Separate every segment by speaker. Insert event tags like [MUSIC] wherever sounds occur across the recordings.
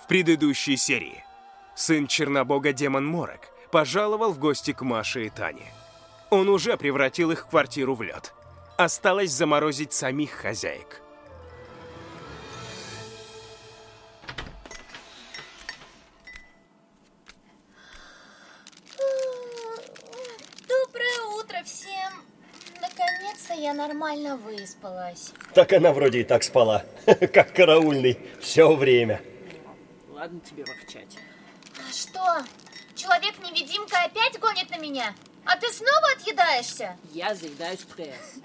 Speaker 1: В предыдущей серии сын Чернобога Демон Морок пожаловал в гости к Маше и Тане. Он уже превратил их квартиру в лед. Осталось заморозить самих хозяек.
Speaker 2: Доброе утро всем! Наконец-то я нормально выспалась.
Speaker 3: Так она вроде и так спала, [LAUGHS] как караульный, все время.
Speaker 4: Ладно тебе ворчать.
Speaker 2: А что? Человек-невидимка опять гонит на меня? А ты снова отъедаешься?
Speaker 4: Я заедаю стресс.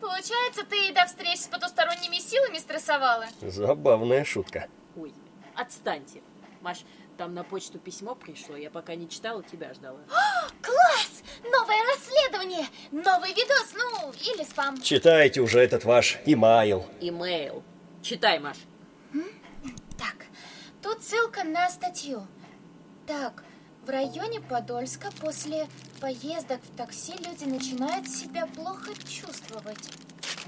Speaker 2: Получается, ты и до встреч с потусторонними силами стрессовала?
Speaker 3: Забавная шутка.
Speaker 4: Ой, отстаньте. Маш, там на почту письмо пришло, я пока не читала, тебя ждала. [GASPS]
Speaker 2: Класс! Новое расследование! Новый видос, ну, или спам.
Speaker 3: Читайте уже этот ваш имайл.
Speaker 4: Имейл. Читай, Маш.
Speaker 2: Так, тут ссылка на статью. Так, в районе Подольска после поездок в такси люди начинают себя плохо чувствовать.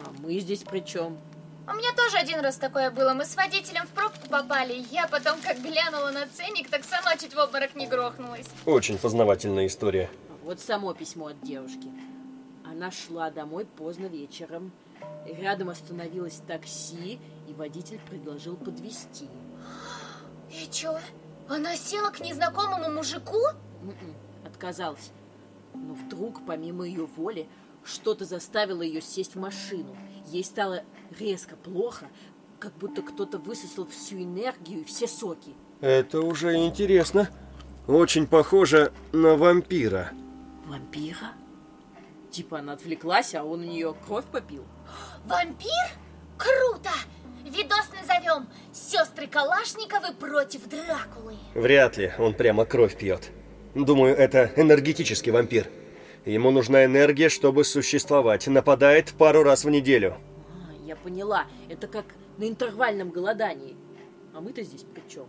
Speaker 4: А мы здесь при чем?
Speaker 2: У меня тоже один раз такое было. Мы с водителем в пробку попали. Я потом, как глянула на ценник, так сама чуть в обморок не грохнулась.
Speaker 3: Очень познавательная история.
Speaker 4: Вот само письмо от девушки. Она шла домой поздно вечером. Рядом остановилось такси, и водитель предложил подвезти.
Speaker 2: И чё? Она села к незнакомому мужику?
Speaker 4: М-м, Отказалась. Но вдруг, помимо ее воли, что-то заставило ее сесть в машину. Ей стало резко плохо, как будто кто-то высосал всю энергию и все соки.
Speaker 3: Это уже интересно. Очень похоже на вампира.
Speaker 4: Вампира? Типа она отвлеклась, а он у нее кровь попил.
Speaker 2: Вампир? Круто! Видос назовем «Сестры Калашниковы против Дракулы».
Speaker 3: Вряд ли он прямо кровь пьет. Думаю, это энергетический вампир. Ему нужна энергия, чтобы существовать. Нападает пару раз в неделю.
Speaker 4: А, я поняла, это как на интервальном голодании. А мы-то здесь при чем?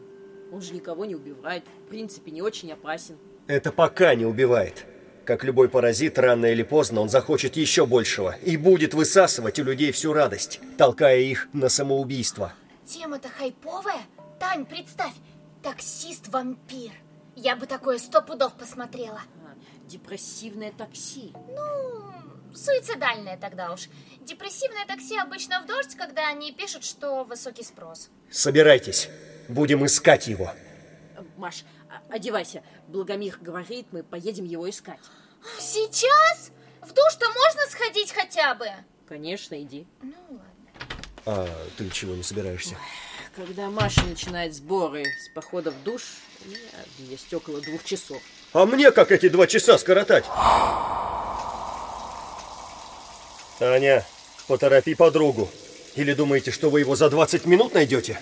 Speaker 4: Он же никого не убивает, в принципе, не очень опасен.
Speaker 3: Это пока не убивает. Как любой паразит, рано или поздно он захочет еще большего и будет высасывать у людей всю радость, толкая их на самоубийство.
Speaker 2: Тема-то хайповая. Тань, представь, таксист-вампир. Я бы такое сто пудов посмотрела.
Speaker 4: А, депрессивное такси.
Speaker 2: Ну, суицидальное тогда уж. Депрессивное такси обычно в дождь, когда они пишут, что высокий спрос.
Speaker 3: Собирайтесь, будем искать его.
Speaker 4: Э, Маш, а- одевайся. Благомир говорит, мы поедем его искать.
Speaker 2: А, Сейчас? В душ-то можно сходить хотя бы?
Speaker 4: Конечно, иди.
Speaker 2: Ну ладно.
Speaker 3: А ты чего не собираешься?
Speaker 4: Когда Маша начинает сборы с похода в душ, у меня есть около двух часов.
Speaker 3: А мне как эти два часа скоротать? Таня, поторопи подругу. Или думаете, что вы его за 20 минут найдете?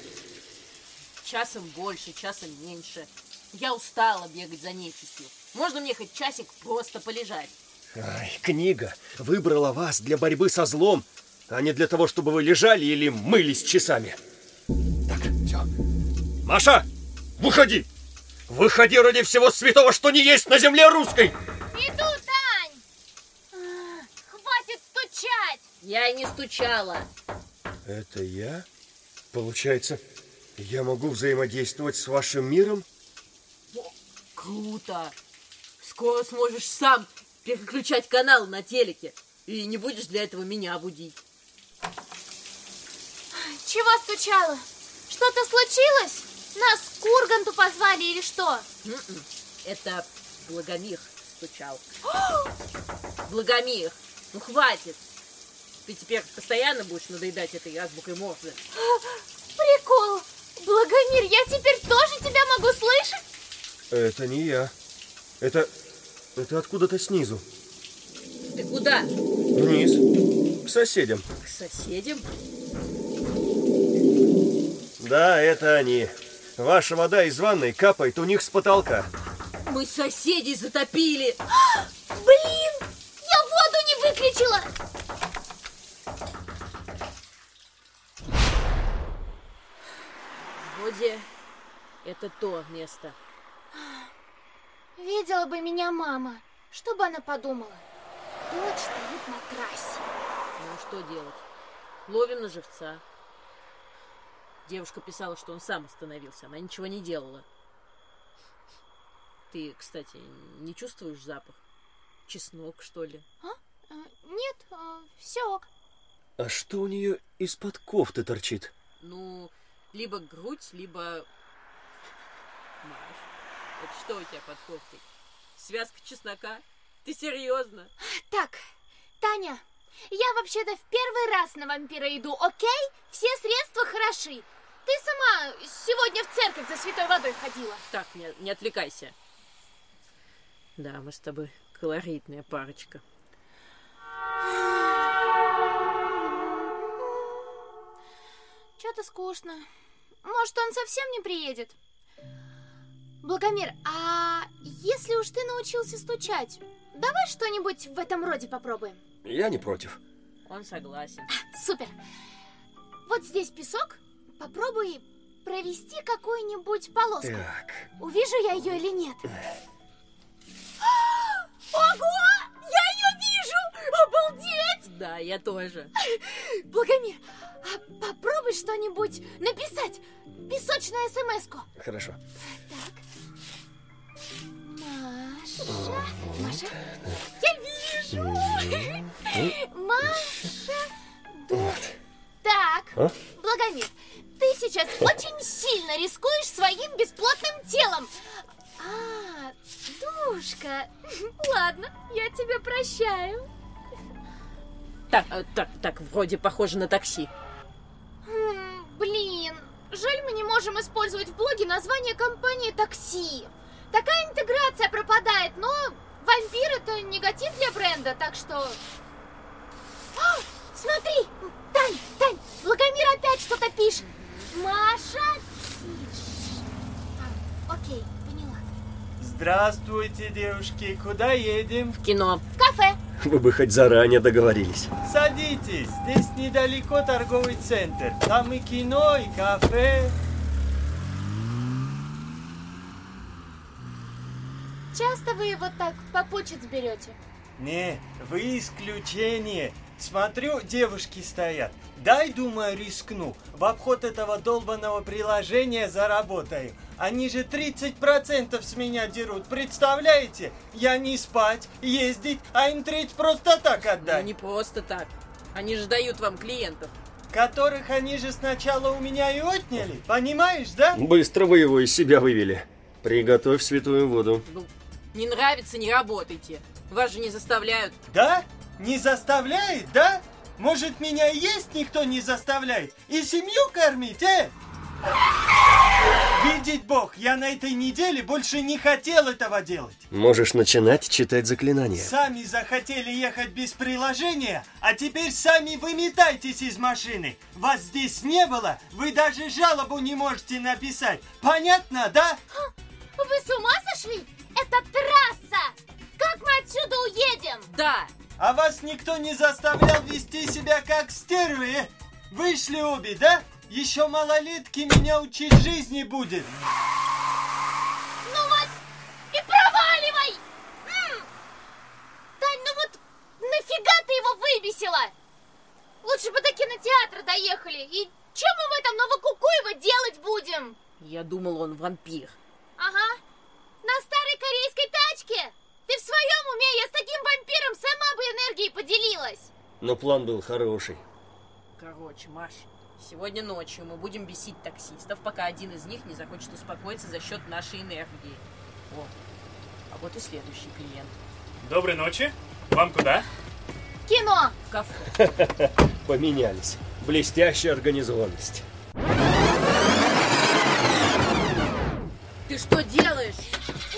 Speaker 4: Часом больше, часом меньше. Я устала бегать за нечистью. Можно мне хоть часик просто полежать?
Speaker 3: Ай, книга выбрала вас для борьбы со злом, а не для того, чтобы вы лежали или мылись часами. Так, все. Маша, выходи! Выходи ради всего святого, что не есть на земле русской!
Speaker 2: Иду, Тань! А, Хватит стучать!
Speaker 4: Я и не стучала.
Speaker 3: Это я? Получается, я могу взаимодействовать с вашим миром?
Speaker 4: Круто! Скоро сможешь сам переключать канал на телеке. И не будешь для этого меня будить.
Speaker 2: Чего стучала? Что-то случилось? Нас к Урганту позвали или что?
Speaker 4: М-м. Это Благомир стучал. [GASPS] Благомир, ну хватит. Ты теперь постоянно будешь надоедать этой азбукой Морзе.
Speaker 2: Прикол! Благомир, я теперь тоже тебя могу слышать?
Speaker 3: Это не я. Это... Это откуда-то снизу.
Speaker 4: Ты куда?
Speaker 3: Вниз. К соседям.
Speaker 4: К соседям?
Speaker 3: Да, это они. Ваша вода из ванной капает у них с потолка.
Speaker 4: Мы соседей затопили.
Speaker 2: Блин! Я воду не выключила!
Speaker 4: Вроде это то место.
Speaker 2: Видела бы меня мама, что бы она подумала? Дочь стоит на трассе.
Speaker 4: Ну что делать? Ловим на живца. Девушка писала, что он сам остановился. Она ничего не делала. Ты, кстати, не чувствуешь запах? Чеснок, что ли?
Speaker 2: Э, Нет, все ок.
Speaker 3: А что у нее из-под кофты торчит?
Speaker 4: Ну, либо грудь, либо... Маш, это что у тебя под кофтой? Связка чеснока? Ты серьезно?
Speaker 2: Так, Таня, я вообще-то в первый раз на вампира иду, окей? Все средства хороши. Ты сама сегодня в церковь за святой водой ходила.
Speaker 4: Так, не, не отвлекайся. Да, мы с тобой колоритная парочка.
Speaker 2: Что-то скучно. Может, он совсем не приедет? Благомир, а если уж ты научился стучать, давай что-нибудь в этом роде попробуем.
Speaker 3: Я не против.
Speaker 4: Он согласен.
Speaker 2: Супер. Вот здесь песок. Попробуй провести какую-нибудь полоску.
Speaker 3: Так.
Speaker 2: Увижу я ее или нет? [GASPS] Ого! Я ее вижу! Обалдеть!
Speaker 4: Да, я тоже.
Speaker 2: Благомир, а попробуй что-нибудь написать. Песочную смс-ку.
Speaker 3: Хорошо.
Speaker 2: Так. Маша. Маша. Я вижу. [LAUGHS] Маша. Дудь. Так.
Speaker 3: А?
Speaker 2: Благомир, ты сейчас очень сильно рискуешь своим бесплотным телом. А, душка. [LAUGHS] Ладно, я тебя прощаю.
Speaker 4: Так, э, так, так, вроде похоже на такси.
Speaker 2: М, Блин, жаль, мы не можем использовать в блоге название компании такси. Такая интеграция пропадает, но вампир это негатив для бренда, так что... А, смотри, Тань, Тань, Благомир опять что-то пишет. Маша, тише. А, окей, поняла.
Speaker 5: Здравствуйте, девушки. Куда едем?
Speaker 4: В кино.
Speaker 2: В кафе.
Speaker 3: Вы бы хоть заранее договорились.
Speaker 5: Садитесь. Здесь недалеко торговый центр. Там и кино, и кафе.
Speaker 2: Часто вы вот так попучец берете?
Speaker 5: Не, вы исключение. Смотрю, девушки стоят. Дай, думаю, рискну. В обход этого долбанного приложения заработаю. Они же 30% с меня дерут. Представляете? Я не спать, ездить, а им треть просто так
Speaker 4: Да.
Speaker 5: отдать.
Speaker 4: Ну, не просто так. Они же дают вам клиентов.
Speaker 5: Которых они же сначала у меня и отняли. Понимаешь, да?
Speaker 3: Быстро вы его из себя вывели. Приготовь святую воду.
Speaker 4: Ну, не нравится, не работайте. Вас же не заставляют.
Speaker 5: Да? Не заставляет, да? Может, меня и есть никто не заставляет? И семью кормить, э? Видеть Бог, я на этой неделе больше не хотел этого делать.
Speaker 3: Можешь начинать читать заклинание.
Speaker 5: Сами захотели ехать без приложения, а теперь сами выметайтесь из машины. Вас здесь не было, вы даже жалобу не можете написать. Понятно, да?
Speaker 2: Вы с ума сошли? Это трасса! Как мы отсюда уедем?
Speaker 4: Да,
Speaker 5: А вас никто не заставлял вести себя как стервы? Вышли обе, да? Еще малолетки меня учить жизни будет.
Speaker 2: Ну вот и проваливай! М! Тань, ну вот нафига ты его выбесила? Лучше бы до кинотеатра доехали. И чем мы в этом Новокукуево делать будем?
Speaker 4: я думал, он вампир.
Speaker 2: Ага, на старой корейской тачке? Ты в своем уме? Я с таким вампиром сама бы энергией поделилась.
Speaker 3: Но план был хороший.
Speaker 4: Короче, Маш, сегодня ночью мы будем бесить таксистов, пока один из них не захочет успокоиться за счет нашей энергии. О, а вот и следующий клиент.
Speaker 6: Доброй ночи. Вам куда?
Speaker 2: Кино.
Speaker 4: В кафе.
Speaker 3: Поменялись. Блестящая организованность.
Speaker 4: Ты что делаешь?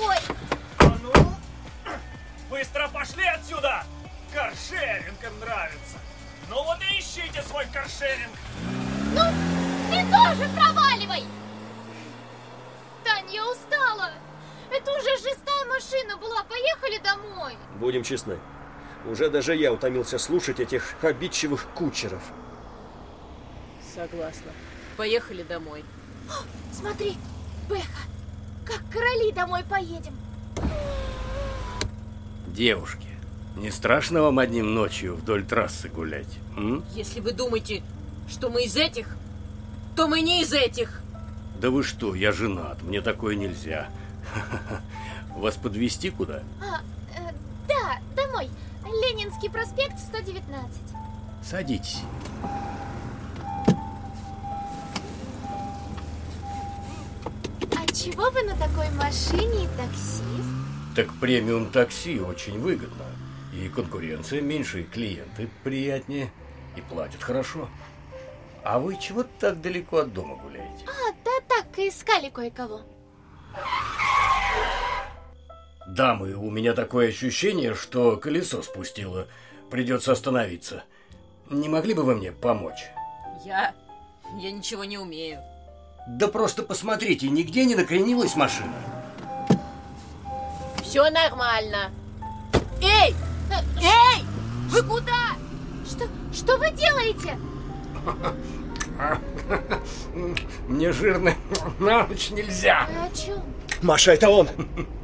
Speaker 2: Ой,
Speaker 6: А ну, Быстро пошли отсюда! Каршеринг им нравится. Ну вот и ищите свой каршеринг.
Speaker 2: ну ты тоже проваливай. Тань, я устала. Это уже шестая машина была. Поехали домой.
Speaker 3: Будем честны. Уже даже я утомился слушать этих обидчивых кучеров.
Speaker 4: Согласна. Поехали домой.
Speaker 2: Смотри, Бэха, как короли домой поедем.
Speaker 7: Девушки, не страшно вам одним ночью вдоль трассы гулять? м?
Speaker 4: Если вы думаете, что мы из этих, то мы не из этих.
Speaker 7: Да вы что, я женат, мне такое нельзя. [LAUGHS] Вас подвести куда?
Speaker 2: А, э, да, домой. Ленинский проспект 119.
Speaker 7: Садитесь.
Speaker 2: А чего вы на такой машине и таксист?
Speaker 7: Так премиум такси очень выгодно. И конкуренция меньше, и клиенты приятнее, и платят хорошо. А вы чего так далеко от дома гуляете?
Speaker 2: А, да так, искали кое-кого.
Speaker 7: Дамы, у меня такое ощущение, что колесо спустило. Придется остановиться. Не могли бы вы мне помочь?
Speaker 4: Я... я ничего не умею.
Speaker 7: Да просто посмотрите, нигде не накренилась машина.
Speaker 4: Все нормально. Эй! Эй! Э, Вы куда?
Speaker 2: Э, Что, что вы делаете?
Speaker 7: Мне жирно на ночь
Speaker 4: А.
Speaker 7: нельзя.
Speaker 2: Вы Э, о чем?
Speaker 3: Маша, это он!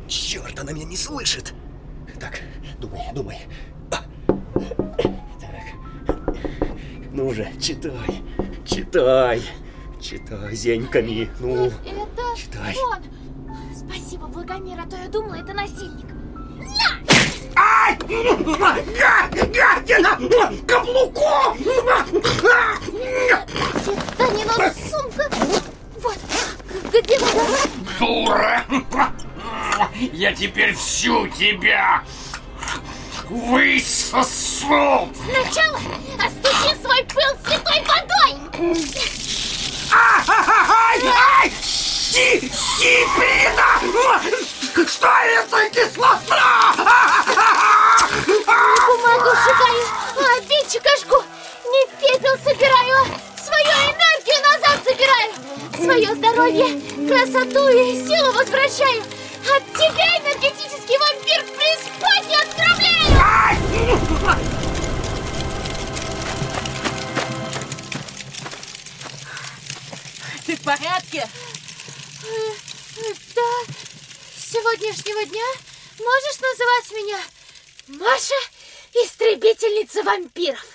Speaker 3: Черт, она меня не слышит! Так, думай, думай. А. Так. Ну уже, читай, читай, читай, зеньками, ну.
Speaker 2: Это
Speaker 3: Читай.
Speaker 2: он. Спасибо, Благомир, а то я думала, это насильник. На! Ай! Гадина! Каблуком! сумка! Вот, где моя?
Speaker 7: Дура! Я теперь всю тебя высосу!
Speaker 2: Сначала оступи свой пыл святой водой!
Speaker 7: Что это кислота?
Speaker 2: Бумагу сжигаю, а обидчика жгу! Не пепел собираю, а свою энергию назад забираю! Свое здоровье, красоту и силу возвращаю! От тебя энергетический вампир в преисподнюю отправляю!
Speaker 4: Ты в порядке?
Speaker 2: Э, Да, с сегодняшнего дня можешь называть меня Маша, истребительница вампиров.